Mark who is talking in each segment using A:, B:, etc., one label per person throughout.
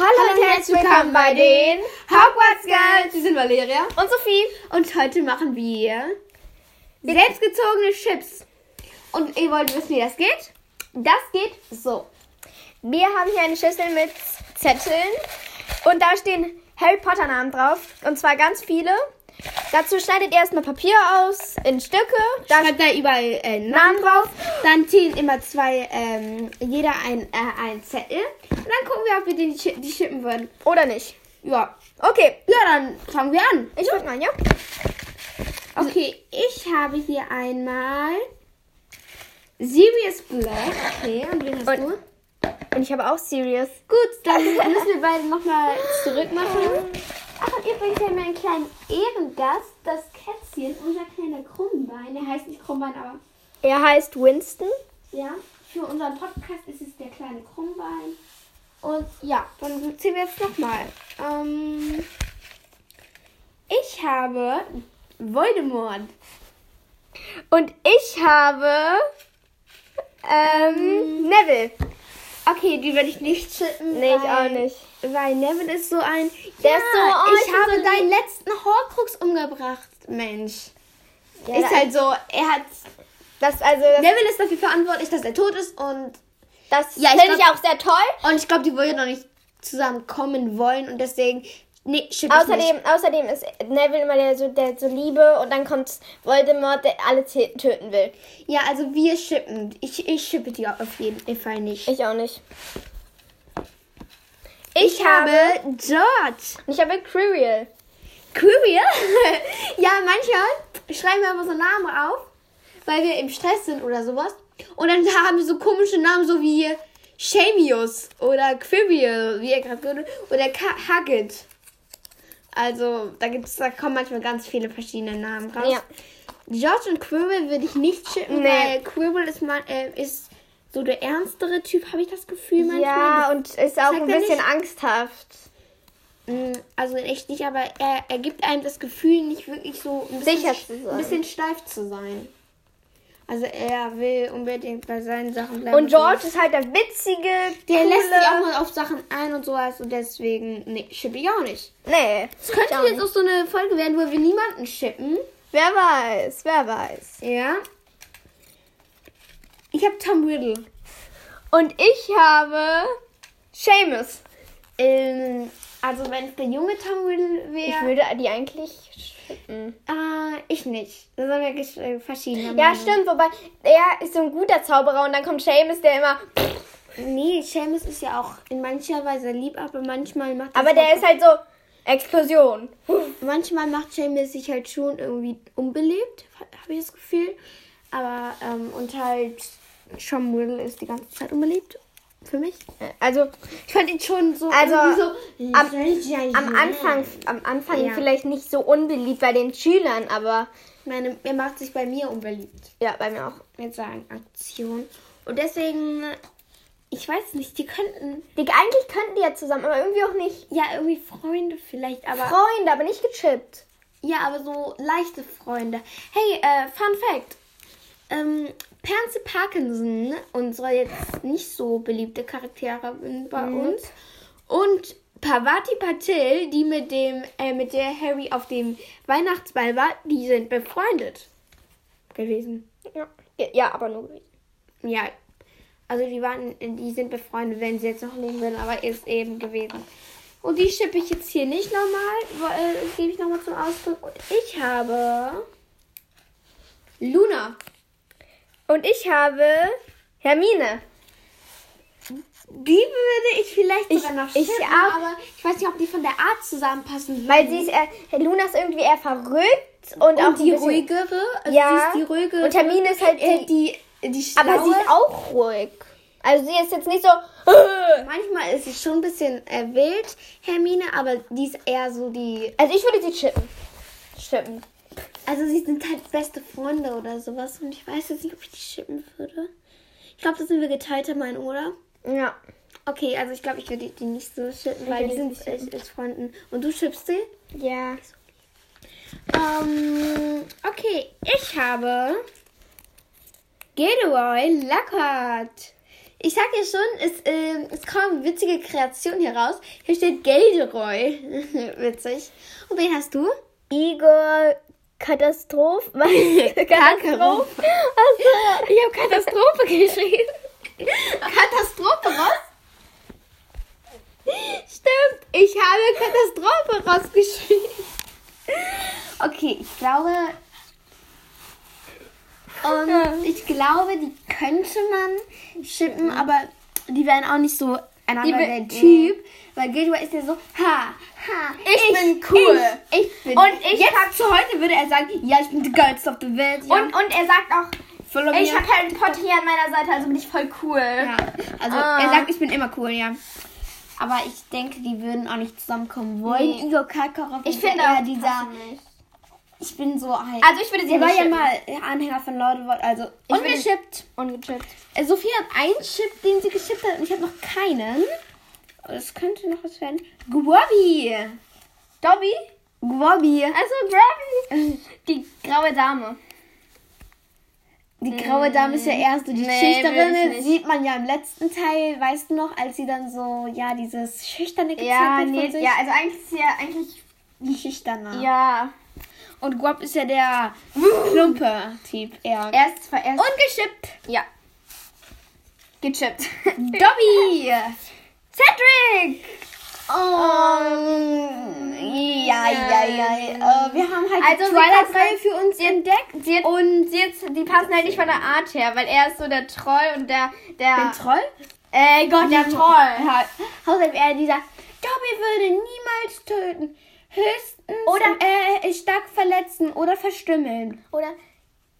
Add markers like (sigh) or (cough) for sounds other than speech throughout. A: herzlich willkommen bei den
B: Hogwarts Girls. Wir sind Valeria
A: und Sophie.
B: und heute machen wir selbstgezogene Chips. Und ihr wollt wissen, wie das geht? Das geht so.
A: Wir haben hier eine Schüssel mit Zetteln und da stehen Harry Potter Namen drauf und zwar ganz viele. Dazu schneidet ihr erstmal Papier aus in Stücke.
B: Da schreibt da überall äh, Namen drauf. Dann ziehen immer zwei, ähm, jeder ein, äh, einen Zettel. Und dann gucken wir, ob wir die, chi- die chippen würden.
A: Oder nicht?
B: Ja.
A: Okay,
B: Ja, dann fangen wir an.
A: ich guck mal, ja?
B: Okay, ich habe hier einmal Sirius Black. Okay, und wen hast
A: Und-
B: du?
A: Und ich habe auch Sirius.
B: Gut, dann müssen wir beide nochmal zurückmachen. Ach, und übrigens haben wir einen kleinen Ehrengast, das Kätzchen, unser kleiner Krummbein. Der heißt nicht Krummbein, aber
A: Er heißt Winston.
B: ja, für unseren Podcast ist es der kleine Krummbein. Und ja, dann ziehen wir jetzt nochmal. Ähm, ich habe Voldemort.
A: Und ich habe ähm, Neville.
B: Okay, die werde ich nicht schippen.
A: Nee, ich
B: weil-
A: auch nicht.
B: Weil Neville ist so ein.
A: Der
B: ja,
A: ist so, oh, ich
B: ich
A: bin
B: habe
A: so lieb.
B: deinen letzten Horcrux umgebracht. Mensch.
A: Ja,
B: ist
A: da-
B: halt so, er hat.
A: das also das,
B: Neville ist dafür verantwortlich, dass er tot ist und.
A: das
B: Ne- Ja, ich
A: finde ich
B: glaub-
A: auch sehr toll.
B: Und ich glaube, die würden noch nicht zusammenkommen wollen und deswegen. Nee, schipp ich
A: Außerdem,
B: nicht.
A: außerdem ist Neville immer der so, der so Liebe und dann kommt Voldemort, der alle t- töten will.
B: Ja, also wir schippen. Ich, ich schippe die auf jeden Fall nicht.
A: Ich auch nicht.
B: Ich, habe George.
A: Ich habe Quirrell.
B: Quirrell? (laughs) ja, manchmal schreiben wir immer so Namen auf, weil wir im Stress sind oder sowas. Und dann haben wir so komische Namen, so wie Shamius oder Quirrell, wie ihr gerade gehört habt, oder Ka- Haggard. Also, da, gibt's, da kommen manchmal ganz viele verschiedene Namen raus.
A: Ja.
B: George und Quirrell würde ich nicht schippen,
A: Nee.
B: weil Quirrell ist, man, äh, ist so der ernstere Typ, habe ich das Gefühl manchmal.
A: Ja, und ist auch
B: Sagt
A: ein
B: er
A: bisschen
B: nicht?
A: angsthaft.
B: Mm, Also in echt nicht, aber er, er gibt einem das Gefühl, nicht wirklich so ein bisschen,
A: Sicher zu sein.
B: ein bisschen steif zu sein. Also er will unbedingt bei seinen Sachen bleiben.
A: Und
B: sowas.
A: George ist halt der witzige,
B: der
A: coole.
B: lässt sich auch mal auf Sachen ein und sowas und deswegen, nee, schippe ich auch nicht.
A: Nee.
B: Es könnte
A: ich auch
B: jetzt auch so eine Folge werden, wo wir niemanden schippen.
A: Wer weiß, wer weiß.
B: Ja. Ich habe Tom Riddle.
A: Und ich habe Seamus.
B: Ähm, also wenn es der junge Tom Riddle
A: Ich
B: wäre,
A: würde die eigentlich schippen.
B: äh, ich nicht. Da sind wir gesch- äh, verschiedene.
A: Ja,
B: Meinungen.
A: stimmt, wobei er ist so ein guter Zauberer und dann kommt Seamus, der immer
B: Nee, Seamus ist ja auch in mancher Weise lieb, aber manchmal macht das
A: Aber der
B: halt-
A: ist halt so Explosion.
B: manchmal macht Seamus sich halt schon irgendwie unbelebt, habe ich das Gefühl. Aber ähm, und halt Sean Riddle ist die ganze Zeit unbelebt für mich.
A: Also
B: Ich fand ihn schon so
A: Also,
B: irgendwie so
A: am-
B: am,
A: am Anfang, am Anfang
B: Ja.
A: vielleicht nicht so unbeliebt bei den Schülern, aber
B: meine, er macht sich bei mir unbeliebt
A: ja, bei mir auch.
B: mit seinen Aktionen und deswegen ich weiß nicht, die könnten
A: Die, eigentlich könnten die ja zusammen, aber irgendwie auch nicht.
B: ja irgendwie Freunde vielleicht, aber
A: Freunde, aber nicht gechippt.
B: Ja, aber so leichte Freunde. Hey, äh, Fun Fact. Ähm, Pansy Parkinson, unsere jetzt nicht so beliebte Charakterin bei uns, und Parvati Patil, die mit dem, äh, mit der Harry auf dem Weihnachtsball war, die sind befreundet gewesen.
A: Ja, ja aber nur.
B: Ja. Also die waren, die sind befreundet, wenn sie jetzt noch leben würden, aber ist eben gewesen. Und die schippe ich jetzt hier nicht nochmal, äh, gebe ich nochmal zum Ausdruck. Und ich habe Luna.
A: Und ich habe Hermine.
B: Die würde ich vielleicht
A: Ich-
B: sogar noch
A: ich
B: schippen,
A: auch.
B: aber ich weiß nicht, ob die von der Art zusammenpassen.
A: Weil sie ist eher, Luna ist irgendwie eher verrückt und, auch
B: und
A: ein
B: die
A: bisschen-
B: ruhigere, also
A: Ja.
B: sie ist die ruhige.
A: Und Hermine ist halt
B: äh,
A: die,
B: die, die schlaue.
A: aber sie ist auch ruhig. Also sie ist jetzt nicht so (laughs) Also
B: Manchmal ist sie schon ein bisschen äh, wild, Hermine, aber die ist eher so die
A: Also ich würde sie chippen. Chippen.
B: Also sie sind halt beste Freunde oder sowas und ich weiß jetzt nicht, ob ich die schippen würde. Ich glaube, das sind wir geteilter Meinung, oder?
A: Ja.
B: Okay, also ich glaube, ich würde die nicht so schippen, weil
A: würde
B: die
A: sie nicht
B: sind echt als Freunden. Und du schippst sie?
A: Ja.
B: Ähm, okay, ich habe Gilderoy Lockhart. Ich sag dir schon, es, ähm, es kommen witzige Kreationen hier raus. Hier steht Gelderoy. (laughs) Witzig. Und wen hast du?
A: Igor Katastroph. (laughs) Was?
B: Oh,
A: Katastroph. Achso, (laughs) ich habe (laughs) Katastrophe geschrieben.
B: Katastrophe raus?
A: Stimmt, ich habe Katastrophe rausgeschrieben.
B: Okay, ich glaube. Ähm, Ich glaube, die könnte man schippen, aber die wären auch nicht so einander
A: wär-
B: der Typ. Weil Gilroy ist ja so, ha, ha, ich, bin cool.
A: Ich, ich bin.
B: Und ich
A: jetzt,
B: hab zu heute würde er sagen, ja, ich bin the geilste auf der Welt. Ja.
A: und, und er sagt auch,
B: Follow
A: ich
B: me.
A: habe Harry Potter hier an meiner Seite, also bin ich voll cool.
B: ja. Also
A: Ah.
B: er sagt, ich bin immer cool, ja. Aber ich denke, die würden auch nicht zusammenkommen wollen.
A: Nee.
B: Igor Karkaroff
A: Ich
B: ist
A: finde
B: ja
A: auch
B: eher dieser,
A: passen nicht.
B: ich bin so ein.
A: Also ich würde sie
B: Sie war
A: nicht
B: ja
A: schippen.
B: mal Anhänger von Lord also
A: Ich bin-
B: ungeschippt.
A: Ungechippt.
B: Äh, Sophie hat einen Chip, den sie geschippt hat und ich habe noch keinen. Oh, Das könnte noch was werden. Gwobby!
A: Dobby?
B: Gwobby.
A: Also (laughs) Dobby. Die graue Dame.
B: Die graue Dame ist ja eher so die
A: Nee, will ich
B: Schüchterne.
A: nicht.
B: Sieht man ja im letzten Teil, weißt du noch, als sie dann so, ja, dieses Schüchterne gezeigt
A: Ja,
B: hat
A: nee,
B: von sich.
A: ja, also eigentlich ist sie ja eigentlich.
B: die
A: Ah.
B: Schüchterne.
A: Ja.
B: Und Gwob ist ja der plumpe Typ eher.
A: Er ist zwar erst.
B: Ungeschippt.
A: Ja. (laughs) Gechippt.
B: Dobby!
A: Cedric!
B: Oh. Ja, ja, ja. Äh, wir haben halt
A: Also, sie
B: die Twilight-Reihe
A: passen-
B: für uns entdeckt.
A: Sie hat, und sie jetzt, die passen halt nicht von der Art her, weil er ist so der Troll und der. der
B: Den Troll?
A: äh, Gott, der Troll.
B: Ja, außerdem er dieser, Dobby würde niemals töten. Höchstens
A: Oder-
B: äh, stark verletzen oder verstümmeln.
A: Oder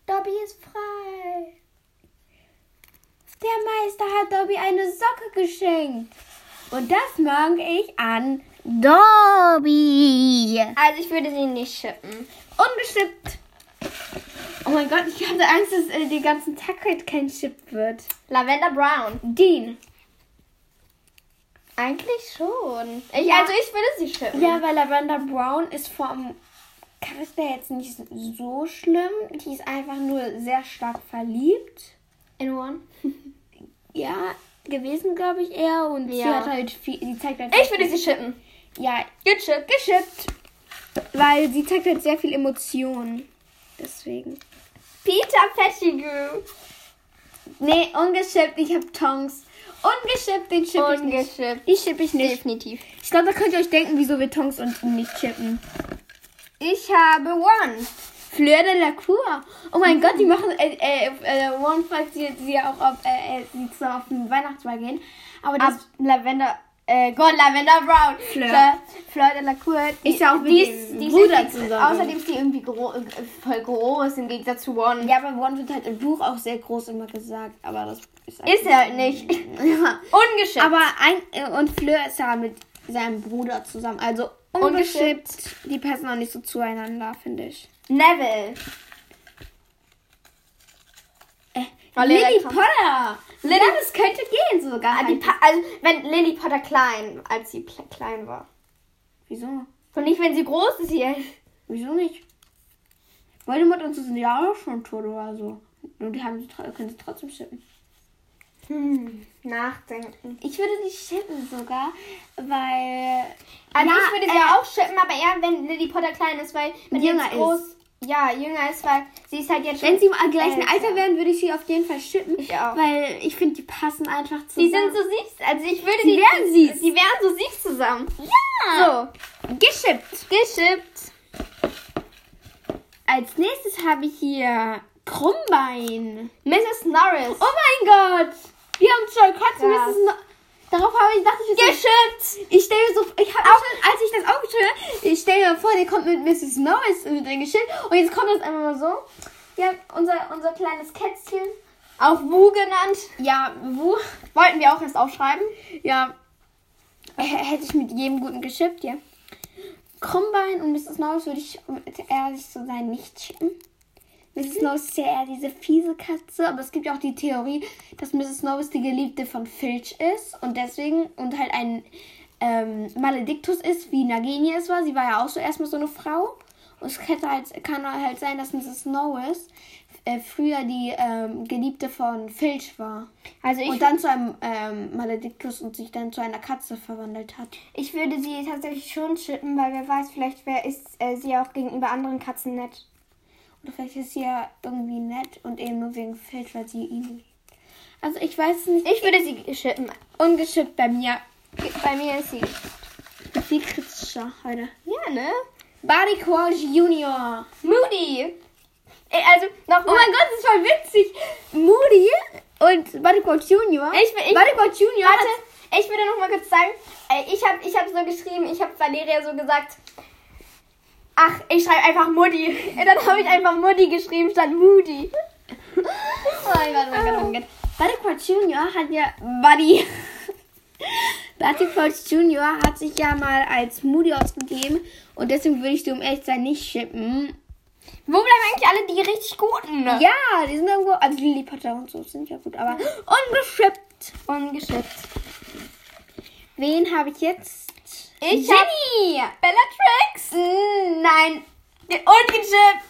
A: Dobby ist frei.
B: Der Meister hat Dobby eine Socke geschenkt. Und das mag ich an Dobby.
A: Also, ich würde sie nicht schippen.
B: Ungeschippt. Oh mein Gott, ich hatte Angst, dass äh, den ganzen Tag heute kein Chip wird.
A: Lavender Brown.
B: Dean.
A: Eigentlich schon. Ich,
B: Ja.
A: Also, ich würde sie schippen.
B: Ja, weil Lavender Brown ist vom Charakter jetzt nicht so schlimm. Die ist einfach nur sehr stark verliebt.
A: In one.
B: Ja, gewesen, glaube ich, eher. Und sie
A: Ja.
B: hat halt viel. Sie zeigt halt
A: Ich würde sie schippen.
B: Ja,
A: Gechippt.
B: geschippt. Weil sie zeigt halt sehr viel Emotionen. Deswegen.
A: Peter Pettigrew.
B: Nee, ungeschippt. Ich habe Tongs. Ungeschippt, den chipp ich nicht.
A: Ungeschippt.
B: Die chipp ich nicht.
A: Definitiv.
B: Ich glaube, da könnt ihr euch denken, wieso wir Tongs und ihn nicht chippen.
A: Ich habe One.
B: Fleur de la Cour. Oh mein Gott, die machen. Äh, äh, äh, One fragt sie, sie ja auch, ob äh, äh, sie zusammen auf den Weihnachtsball gehen. Aber das
A: Ab Lavender. Äh, Gott, Lavender Brown.
B: Fleur.
A: Fleur, Fleur de la Cour. Die,
B: Ist ja auch mit
A: die
B: dem
A: ist, die ist
B: Bruder
A: irgendwie-
B: zusammen.
A: Außerdem ist die irgendwie gro äh, voll groß im Gegensatz zu One.
B: Ja, aber One wird halt im Buch auch sehr groß immer gesagt, aber das ist
A: Ist er halt nicht. (laughs)
B: (laughs) Ja.
A: Ungeschickt.
B: Aber ein äh, und Fleur ist ja mit seinem Bruder zusammen, also ungeschickt. Die passen auch nicht so zueinander, finde ich.
A: Neville.
B: Äh,
A: Oh, Lily
B: Lily
A: kommt.
B: Potter. Lily, ja, das könnte gehen sogar.
A: Ah, die
B: halt.
A: pa also, wenn Lily Potter klein, als sie pl- klein war.
B: Wieso?
A: Und nicht, wenn sie groß ist hier.
B: Wieso nicht? Voldemort und so sind ja auch schon tot oder so. Nur die haben sie, tro- können sie trotzdem schippen.
A: Hm, nachdenken.
B: Ich würde sie schippen sogar, weil
A: Also
B: Ja,
A: ich würde sie ja auch schippen, aber eher, wenn Lily Potter klein ist, weil wenn sie
B: Jünger
A: jetzt groß, ja, jünger ist, weil sie ist halt jetzt schon
B: äh, Wenn sie im gleichen
A: älter.
B: Alter wären, würde ich sie auf jeden Fall schippen.
A: Ich auch.
B: Weil ich finde, die passen einfach zusammen.
A: Die sind so süß. Also ich würde die
B: Sie wären süß.
A: Die wären so süß zusammen.
B: ja!
A: So,
B: So, geschippt.
A: geschippt.
B: Als nächstes habe ich hier Krummbein.
A: Mrs. Norris.
B: Oh mein Gott! Wir haben zwei Katzen.
A: Krass.
B: Das ist noch... Darauf habe ich gedacht, ich
A: geschippt.
B: Ich stelle mir so, ich habe schon, als ich das aufgeschrieben habe, ich stelle mir vor, der kommt mit Mrs. Norris mit dem Geschild und jetzt kommt das einfach mal so. Ja, unser, unser kleines Kätzchen.
A: Auch Wu genannt.
B: Ja, wo?
A: Wollten wir auch erst aufschreiben.
B: Ja. H- Hätte ich mit jedem guten geschippt, ja. Krummbein und Mrs. Norris würde ich, um ehrlich zu sein, nicht schippen. Mrs. Norris ist ja eher diese fiese Katze, aber es gibt ja auch die Theorie, dass Mrs. Norris die Geliebte von Filch ist und deswegen und halt ein ähm, Malediktus ist, wie Nagini es war. Sie war ja auch so erstmal so eine Frau. Und es hätte halt, kann halt sein, dass Mrs. Norris äh, früher die ähm, Geliebte von Filch war.
A: Also ich,
B: und dann zu einem ähm, Malediktus und sich dann zu einer Katze verwandelt hat.
A: ich würde sie tatsächlich schon schippen, weil wer weiß, vielleicht wär, ist äh, sie auch gegenüber anderen Katzen nett.
B: Oder vielleicht ist sie ja irgendwie nett und eben nur wegen Filch, weil sie ihn. Also ich weiß es nicht.
A: Ich würde sie schippen.
B: Ungeschippt bei mir.
A: Bei mir ist sie.
B: Viel kritischer heute.
A: Ja, ne?
B: Barty Crouch Junior.
A: Moody! Äh, also, nochmal.
B: Oh mein Gott, das ist voll witzig. Moody und Barty Crouch Junior.
A: Ich will- ich-
B: Barty Crouch Junior.
A: Warte, ich würde noch mal kurz sagen, äh, ich habe ich hab so geschrieben, ich habe Valeria so gesagt, ach, ich schreibe einfach Mutti. (laughs) Und dann habe ich einfach Mutti geschrieben statt Moody.
B: Oh mein Gott, oh mein Gott, oh mein Gott. Barty Crouch Junior hat ja. Buddy. (laughs) Barty Crouch Junior hat sich ja mal als Moody ausgegeben und deswegen würde ich sie um ehrlich zu sein nicht shippen.
A: Wo bleiben eigentlich alle die richtig Guten?
B: Ja, die sind irgendwo. Also Lily Potter und so sind ja gut, aber ungeschippt.
A: Ungeschickt.
B: Wen habe ich jetzt?
A: Ich Jenny! Bellatrix?
B: Mm, Nein.
A: Ungeschickt,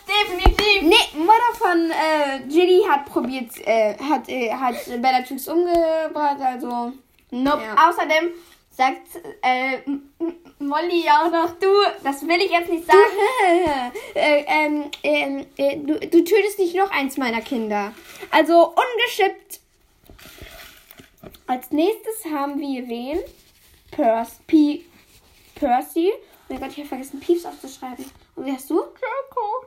A: definitiv.
B: Nee, Mutter von äh, Ginny hat probiert, äh, hat, äh, hat Bellatrix umgebracht, also.
A: Nope.
B: Ja.
A: Außerdem sagt äh, M- M- Molly ja auch noch, du, das will ich jetzt nicht
B: Du,
A: sagen.
B: (laughs) äh, ähm, ähm, äh, du, du tötest nicht noch eins meiner Kinder. Also ungeschippt. Als nächstes haben wir wen? Percy. P Percy. Oh mein Gott, ich habe vergessen, Peeps aufzuschreiben. Und wie hast du?
A: Coco.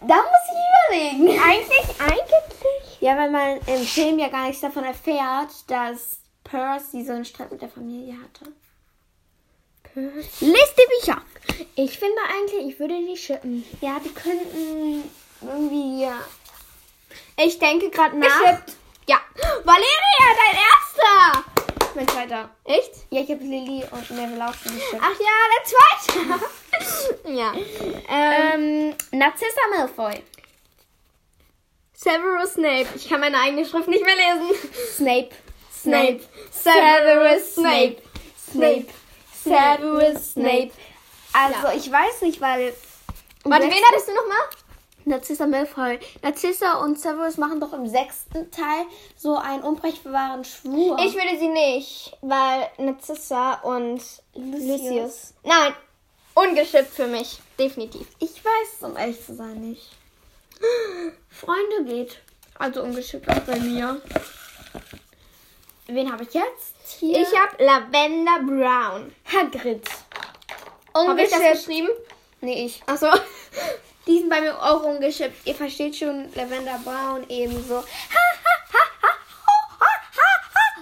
B: Da muss ich überlegen.
A: Eigentlich, eigentlich.
B: Ja, weil man im Film ja gar nichts davon erfährt, dass Percy so einen Streit mit der Familie hatte. Lest die Bücher.
A: Ich finde eigentlich, ich würde die schippen.
B: Ja, die könnten irgendwie ja.
A: Ich denke gerade nach.
B: Geschippt.
A: Ja. Valeria, dein erster!
B: Mein zweiter.
A: Echt?
B: Ja, ich habe Lily und Neville auch schon geschickt.
A: Ach ja, der
B: (laughs)
A: zweite. ja.
B: Ähm, Narcissa Malfoy.
A: Severus Snape. Ich kann meine eigene Schrift nicht mehr lesen.
B: Snape.
A: Snape. Severus Snape. Snape. Severus Snape.
B: Also, ich weiß nicht, weil
A: Warte, wen hattest du nochmal?
B: Narcissa Malfoy. Narcissa und Severus machen doch im sechsten Teil so einen unbrechbaren Schwur.
A: Ich würde sie nicht, weil Narcissa und Lucius.
B: Lucius.
A: Nein, ungeschippt für mich. Definitiv.
B: ich weiß es, um ehrlich zu sein, nicht. Freunde geht. Also ungeschickt auch bei mir. Wen habe ich jetzt? Hier.
A: Ich habe Lavender Brown.
B: Hagrid.
A: Habe ich das
B: Ungeschippt.
A: geschrieben?
B: Nee, ich.
A: Achso.
B: (laughs) Die sind bei mir auch ungeschippt. Ihr versteht schon, Lavender Brown ebenso.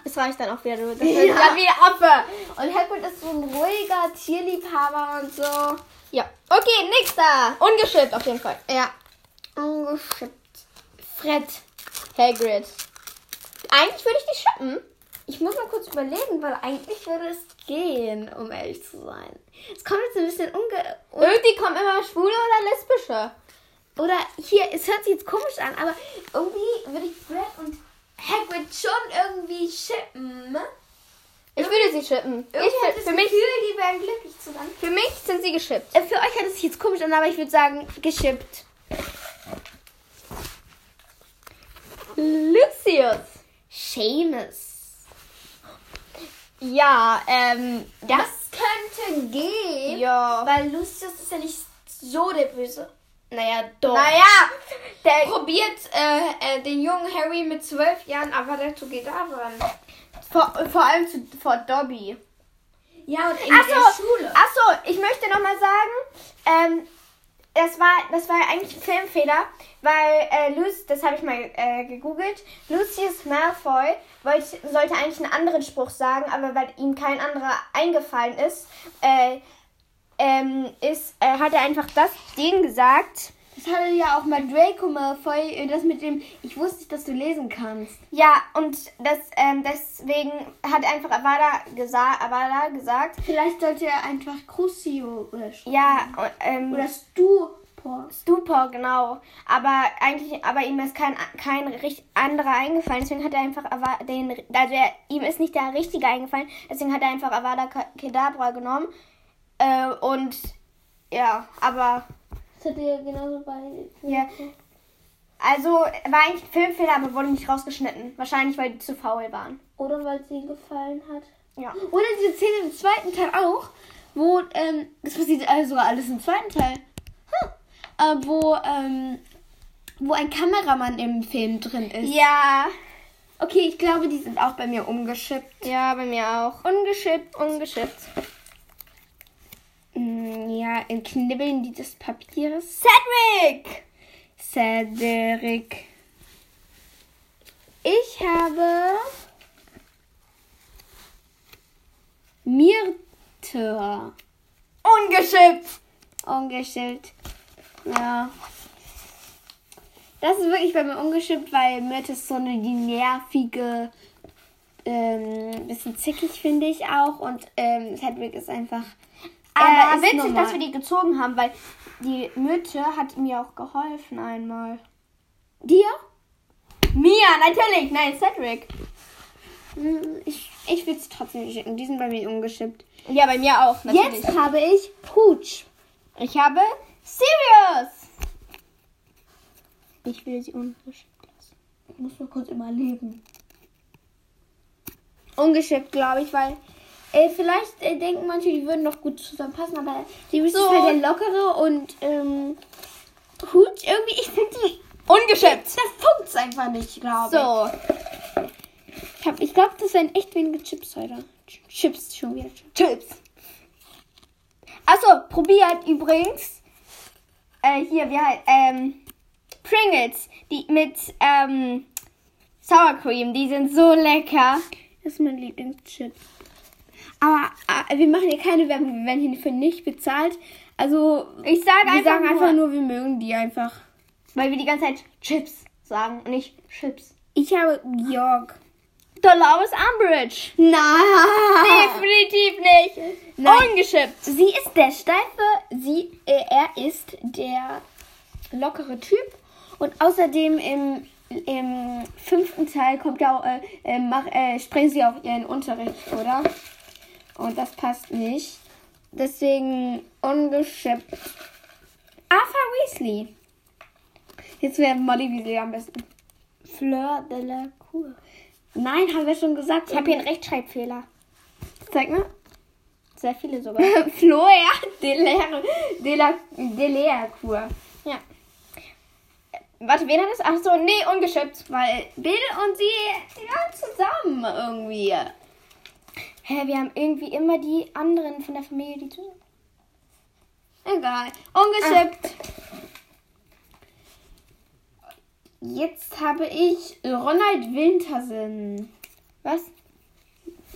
A: Das reicht dann auch wieder. Das
B: Ja.
A: ist dann wieder Affe.
B: Und Hagrid ist so ein ruhiger Tierliebhaber und so.
A: Ja. Okay, nächster. Ungeschippt auf jeden Fall.
B: Ja. Ungeschippt. Fred.
A: Hagrid. Eigentlich würde ich dich schippen.
B: Ich muss mal kurz überlegen, weil eigentlich würde es gehen, um ehrlich zu sein. Es kommt jetzt ein bisschen unge... Un
A: Irgendwie kommen immer Schwule oder Lesbische.
B: oder hier, es hört sich jetzt komisch an, aber irgendwie würde ich Fred und Hagrid schon irgendwie schippen.
A: Ich würde sie schippen. Ich,
B: Irgendwie
A: für,
B: hat das
A: für,
B: Gefühl,
A: mich,
B: die wären glücklich zusammen.
A: für mich sind sie geschippt.
B: Äh, Für euch hört es sich jetzt komisch an, aber ich würde sagen, geschippt.
A: Lucius.
B: Seamus.
A: Ja, ähm,
B: Das könnte gehen.
A: Ja.
B: Weil Lucius ist ja nicht so der Böse. Naja, doch.
A: Naja,
B: Der (laughs) probiert äh, äh, den jungen Harry mit zwölf Jahren, aber dazu geht er ran.
A: vor, vor allem zu, vor Dobby.
B: Ja, und in
A: Ach
B: der
A: so,
B: Schule.
A: Ach so, ich möchte noch mal sagen, ähm, das war, das war eigentlich ein Filmfehler, weil äh, Lucius, das habe ich mal äh, gegoogelt, Lucius Malfoy wollte, sollte eigentlich einen anderen Spruch sagen, aber weil ihm kein anderer eingefallen ist, äh, ähm, ist, äh, hat er einfach das, den gesagt.
B: Das hatte ja auch mal Draco Malfoy, äh, das mit dem, ich wusste nicht, dass du lesen kannst.
A: Ja, und das, ähm, deswegen hat einfach Avada, gesa Avada gesagt,
B: Vielleicht sollte er einfach Crucio oder, Sch-
A: ja, ähm,
B: oder Stupor.
A: Stupor, genau. Aber eigentlich, aber ihm ist kein, kein richt- anderer eingefallen. Deswegen hat er einfach Ava- den, also er, ihm ist nicht der richtige eingefallen. Deswegen hat er einfach Avada Kedavra genommen. Äh, und ja, aber
B: hätte ja genauso bei.
A: Ja. Also war eigentlich ein Filmfehler, aber wurde nicht rausgeschnitten. Wahrscheinlich, weil die zu faul waren.
B: Oder weil es ihnen gefallen hat.
A: Ja.
B: Oder diese Szene im zweiten Teil auch, wo, ähm, das passiert also sogar alles im zweiten Teil. Hm. Äh, wo, ähm, wo ein Kameramann im Film drin ist.
A: Ja.
B: Okay, ich glaube, die sind auch bei mir umgeschippt.
A: Ja, bei mir auch.
B: Ungeschippt.
A: Ungeschippt.
B: Mm, ja, in Knibbeln die des Papiers.
A: Cedric!
B: Cedric. Ich habe Mirte
A: Ungeschippt!
B: ungeschippt. Ja. Das ist wirklich bei mir ungeschippt, weil Mirte ist so eine die nervige, ähm, bisschen zickig finde ich auch und ähm, Cedric ist einfach.
A: Aber
B: ist
A: Äh, witzig,
B: normal.
A: dass wir die gezogen haben, weil die Mütter hat mir auch geholfen einmal.
B: dir?
A: Mia, natürlich! Nein, Cedric.
B: Hm, Ich, ich will es trotzdem nicht schicken. Die sind bei mir ungeschippt.
A: Ja, bei mir auch, natürlich.
B: Jetzt habe ich Hooch.
A: Ich habe Sirius! Ich will sie ungeschickt lassen.
B: Ich muss nur kurz überleben. Ungeschickt, glaube ich, weil äh, vielleicht äh, denken manche, die würden noch gut zusammenpassen, aber Sirius
A: So.
B: ist halt der lockere und ähm, Hooch irgendwie, ich finde,
A: Ungeschickt!
B: da funkt es einfach nicht, glaube ich.
A: So.
B: Ich, hab- ich glaube, das werden echt wenige Chips heute. Ch- Chips, schon wieder Chips.
A: Chips. Achso, probiert übrigens. Äh, hier, wie halt, ähm, Pringles, die mit, ähm, Sour Cream, die sind so lecker.
B: Das ist mein Lieblingschip. Aber äh, wir machen hier keine Werbung, wir werden hier für nicht bezahlt. Also,
A: Ich sage
B: wir
A: einfach,
B: sagen
A: nur,
B: einfach nur, wir mögen die einfach.
A: weil wir die ganze Zeit Chips sagen und nicht Chips.
B: Ich habe Georg.
A: Dolores Umbridge.
B: Nein!
A: Definitiv nicht.
B: Nein.
A: Ungeschippt.
B: Sie ist der steife, sie, äh, er ist der lockere Typ. Und außerdem im, im fünften Teil kommt ja auch, äh, äh, mach, äh, sprengt sie auch ihren Unterricht, oder? Und das passt nicht. Deswegen ungeschippt. Arthur Weasley. Jetzt wäre Molly Weasley am besten.
A: Fleur de la Cour.
B: Nein, haben wir schon gesagt.
A: Ich habe hier einen Rechtschreibfehler.
B: Zeig mal.
A: Sehr viele sogar.
B: (laughs) Florian Delaire. Dela- Delacour.
A: ja. Äh, Warte, wen hat es? Ach so, nee, ungeschippt.
B: Weil Bill und sie ja, zusammen irgendwie.
A: Hä, wir haben irgendwie immer die anderen von der Familie, die zu.
B: Egal. Ungeschippt. Jetzt habe ich Ronald Wintersen.
A: Was?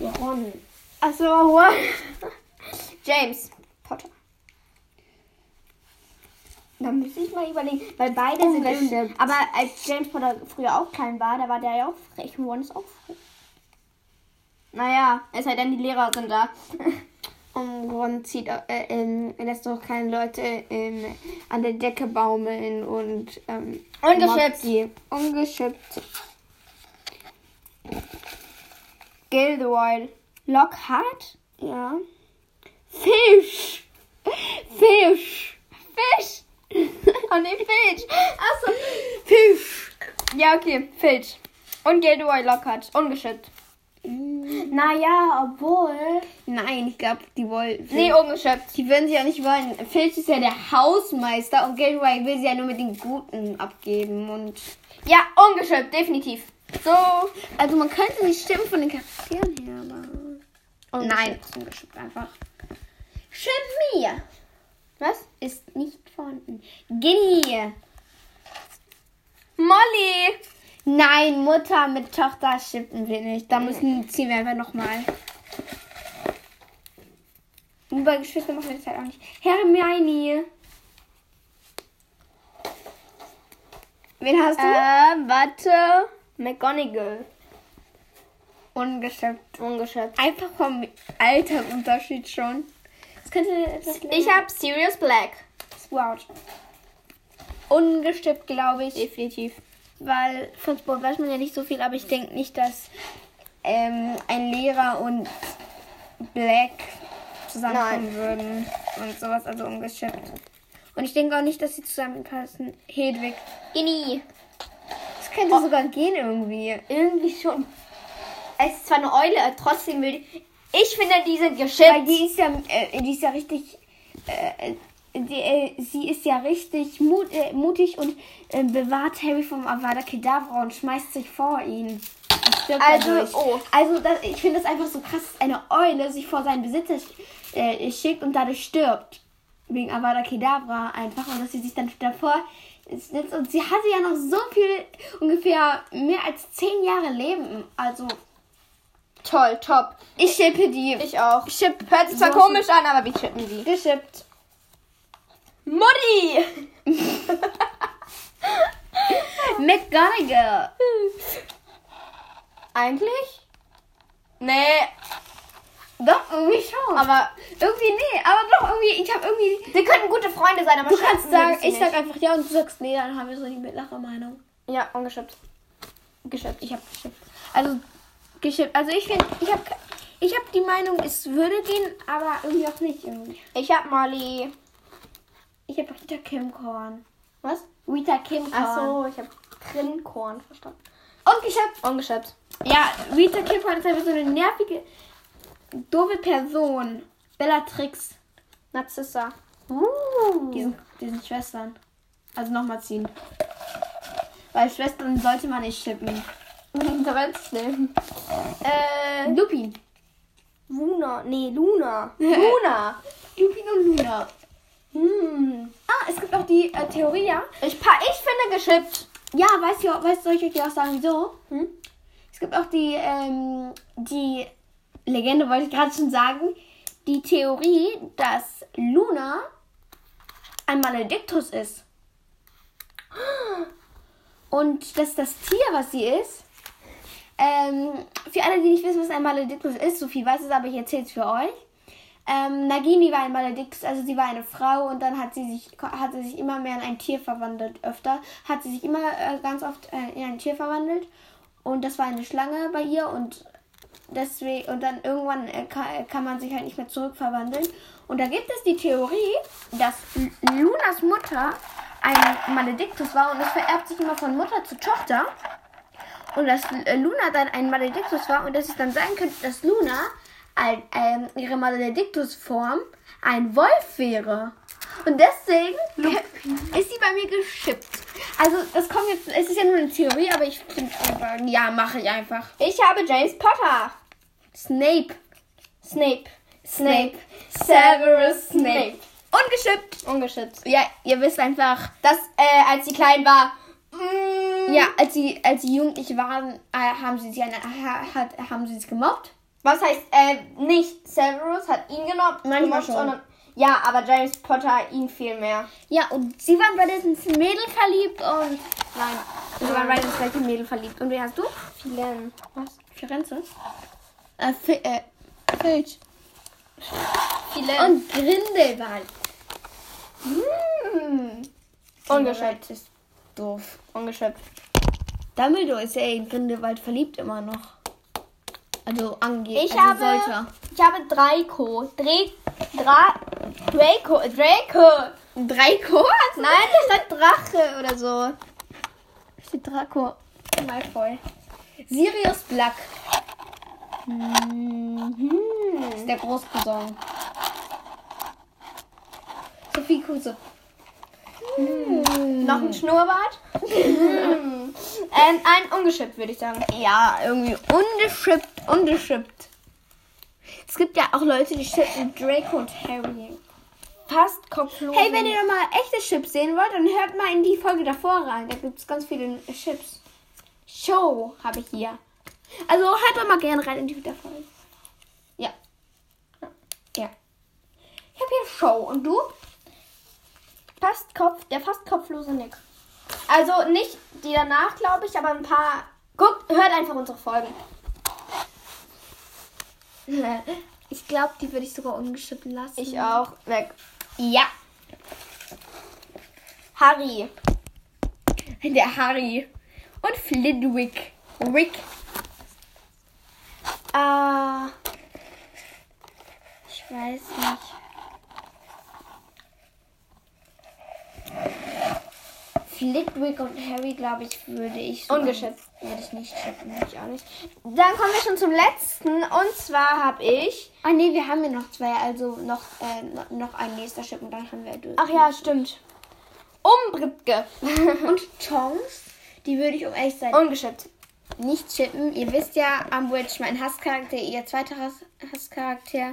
B: Ron.
A: Achso,
B: (laughs)
A: what? James Potter. Da müsste ich mal überlegen, weil beide sind
B: Ungeschickt.
A: irgendwie- Aber als James Potter früher auch klein war, da war der ja auch frech und Ron ist auch frech. Naja, es sei denn, die Lehrer sind da. (laughs)
B: Und Ron zieht, äh, ähm, lässt doch keine Leute ähm, an der Decke baumeln und ähm,
A: Ungeschickt.
B: mobbt die. Ungeschickt.
A: Gilderoy Lockhart?
B: Ja. Fisch. Fisch.
A: Fisch! (laughs) Oh ne, Filch! Achso.
B: Fisch.
A: Ja, okay, Filch. Und Gilderoy Lockhart. Ungeschickt.
B: Mm.
A: Naja, obwohl.
B: Nein, ich glaube, die wollen.
A: Nee, ungeschickt.
B: Die würden sie auch nicht wollen. Filch ist ja der Hausmeister und Gilroy will sie ja nur mit den Guten abgeben. Und
A: Ja, ungeschickt, definitiv. So.
B: also man könnte nicht stimmen von den Charakteren her, aber. Nein, ist ungeschickt einfach. Chemie
A: Was?
B: ist nicht vorhanden. Ginny.
A: Molly!
B: Nein, Mutter mit Tochter schippen wir nicht. Da müssen ziehen wir einfach nochmal. Über Geschwister machen wir das halt auch nicht. Hermione. Wen hast du?
A: Äh, warte. McGonagall.
B: Ungeschöpft.
A: Ungeschöpft.
B: Einfach vom Altersunterschied schon. Das könnte etwas
A: Ich
B: länger-
A: hab Sirius Black.
B: Sprout. Ungestimmt, glaube ich,
A: Definitiv.
B: weil von Sprout weiß man ja nicht so viel, aber ich denke nicht, dass ähm, ein Lehrer und Black zusammenkommen würden und sowas, also ungestimmt. Und Und ich denke auch nicht, dass sie zusammenpassen. Hedwig.
A: Inni.
B: Das könnte sogar gehen irgendwie.
A: Irgendwie schon. Es ist zwar eine Eule, aber trotzdem will die. Ich finde, die sind
B: Weil
A: geschickt.
B: die ist ja, äh, die ist ja richtig. Äh, die, äh, sie ist ja richtig mut, äh, mutig und äh, bewahrt Harry vom Avada Kedavra und schmeißt sich vor ihn. Und stirbt
A: Also,
B: dadurch.
A: oh.
B: also das, ich finde das einfach so krass, dass eine Eule sich vor seinen Besitzer sch- äh, schickt und dadurch stirbt. Wegen Avada Kedavra einfach und dass sie sich dann davor sitzt. Und sie hatte ja noch so viel, ungefähr mehr als zehn Jahre Leben. Also
A: Toll, top.
B: ich schippe die.
A: Ich auch. Chip hört sich zwar
B: So ist
A: komisch an, aber wir chippen sie.
B: geschippt.
A: Mutti!
B: McGonagall.
A: Eigentlich? Nee,
B: Doch, irgendwie schon.
A: aber
B: irgendwie, nee, aber doch, irgendwie, ich habe irgendwie.
A: wir könnten gute Freunde sein, aber
B: Du
A: schätzen
B: kannst
A: würdest
B: sagen,
A: du
B: ich
A: nicht.
B: sag einfach ja und du sagst nee, dann haben wir so die mittlere Meinung.
A: Ja, ungeschippt. Geschippt.
B: Ich habe geschippt. Also, geschippt. Also, ich finde, ich habe ich hab die Meinung, es würde gehen, aber irgendwie auch nicht. Irgendwie.
A: Ich hab Molly.
B: Ich habe Rita Kim Korn.
A: Was?
B: Rita Kim Korn.
A: Ach so, ich hab Grillkorn verstanden.
B: Und geschippt.
A: Ungeschippt.
B: Ja, Rita Kim Korn ist einfach so eine nervige, doofe Person. Bellatrix.
A: Narzissa. Uh.
B: diesen, diesen Schwestern. Also nochmal ziehen. Weil Schwestern sollte man nicht schippen.
A: Ganz nehmen. Äh,
B: Lupin.
A: Luna. Nee, (laughs) Luna. Luna.
B: Lupin und Luna.
A: Hm.
B: Ah, es gibt auch die äh, Theorie, ja.
A: Ich, pa ich finde geschippt.
B: Ja, weißt du, weißt du, soll ich euch auch sagen, wieso?
A: Hm?
B: Es gibt auch die, ähm, die Legende, wollte ich gerade schon sagen. Die Theorie, dass Luna ein Malediktus ist. Und dass das Tier, was sie ist, ähm, für alle, die nicht wissen, was ein Malediktus ist, so viel weiß es, aber ich erzähle es für euch. Ähm, Nagini war ein Malediktus, also sie war eine Frau und dann hat sie sich, hat sie sich immer mehr in ein Tier verwandelt. Öfter hat sie sich immer äh, ganz oft äh, in ein Tier verwandelt und das war eine Schlange bei ihr und deswegen und dann irgendwann äh, kann, kann man sich halt nicht mehr zurückverwandeln. Und da gibt es die Theorie, dass L- Lunas Mutter ein Malediktus war und es vererbt sich immer von Mutter zu Tochter. Und dass äh, Luna dann ein Malediktus war und dass es dann sein könnte, dass Luna ein, ähm, ihre Malediktus-Form ein Wolf wäre. Und deswegen (laughs) ist sie bei mir geschippt. Also, das kommt jetzt, es ist ja nur eine Theorie, aber ich finde einfach, ja, mache ich einfach.
A: Ich habe James Potter.
B: Snape.
A: Snape.
B: Snape.
A: Severus Snape.
B: Ungeschippt.
A: Ungeschippt.
B: Ja, ihr wisst einfach,
A: Das, äh, als sie klein war. Mm,
B: ja, als sie, als sie jugendlich waren, äh, haben sie sie, an, ha, hat, haben sie sie gemobbt.
A: Was heißt, äh, nicht Severus hat ihn genommen.
B: Manchmal
A: gemobbt,
B: schon.
A: sondern- Ja, aber James Potter ihn viel mehr.
B: Ja, und sie waren bei diesem Mädel verliebt und
A: Nein.
B: sie waren beide ins gleiche Mädel verliebt. Und wen hast du?
A: Vielen. Was?
B: Firenze. Äh, Fi äh, Filch.
A: Vielen.
B: Und Grindelwald.
A: Mm. Ungeschöpft.
B: Hm. ist doof.
A: Ungeschöpft.
B: Dumbledore ist ja in Grindelwald verliebt immer noch. Also angeblich.
A: Ich
B: also
A: habe-
B: Sollte.
A: Ich habe Draco. Dre Dra Draco. Draco.
B: Draco?
A: Nein, das ist halt Drache oder so.
B: Steht Draco.
A: Mal voll.
B: Sirius Black.
A: Mhm.
B: ist der Großcousin. Sophie Kruse.
A: Noch ein Schnurrbart? (laughs) Mhm. ähm, ein ungeschöpft, würde ich sagen.
B: Ja, irgendwie ungeschippt, ungeschippt. Es gibt ja auch Leute, die schippen Draco und Harry.
A: Fast kopflos.
B: Hey, wenn ihr nochmal echte Chips sehen wollt, dann hört mal in die Folge davor rein. Da gibt es ganz viele Chips. Show habe ich hier. Also hört doch mal gerne rein in die Folge.
A: Ja.
B: Ja. Ich habe hier Show. Und du?
A: Fast Kopf, der fast kopflose Nick. Also nicht die danach, glaube ich, aber ein paar. Guckt, hört einfach unsere Folgen.
B: (laughs) Ich glaube, die würde ich sogar ungeschippt lassen.
A: Ich auch. Weg.
B: Ja.
A: Harry.
B: Der Harry. Und Flitwick. Rick. Ah.
A: Äh,
B: Ich weiß nicht. Flitwick und Harry, glaube ich, würde ich. so-
A: Ungeschätzt.
B: Würde ich nicht schippen.
A: Ich auch nicht. Dann kommen wir schon zum letzten. Und zwar habe ich.
B: Ah, nee, wir haben ja noch zwei, also noch, äh, noch- noch ein nächster Chip und dann haben wir durch.
A: Ach ja, stimmt. Umbritke.
B: (laughs) Und Tongs, die würde ich um echt sein.
A: Ungeschickt.
B: nicht chippen. Ihr wisst ja, Umbridge, mein Hasscharakter, ihr zweiter Hass Hasscharakter.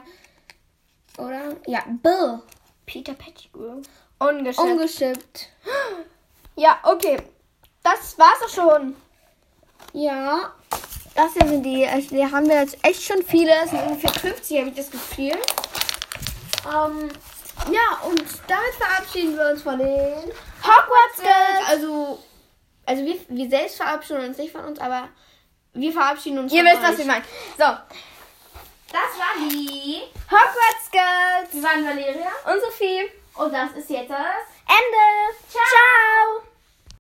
B: Oder? Ja, Bill.
A: Peter Pettigrew. Ungeschickt.
B: Ungeschippt.
A: ja, okay. Das war's auch schon.
B: Ja. Das hier sind die. Also, die haben wir jetzt echt schon viele. Es sind ungefähr 50, habe ich das Gefühl. Ähm, ja, und damit verabschieden wir uns von den.
A: Hogwarts Girls.
B: Also, also wir, wir selbst verabschieden uns nicht von uns, aber wir verabschieden uns
A: Ihr
B: von
A: wisst,
B: euch.
A: was wir meinen. So,
B: Das war die.
A: Hogwarts Girls.
B: Wir waren Valeria.
A: Und Sophie.
B: Und das ist jetzt das.
A: Ende. Ciao.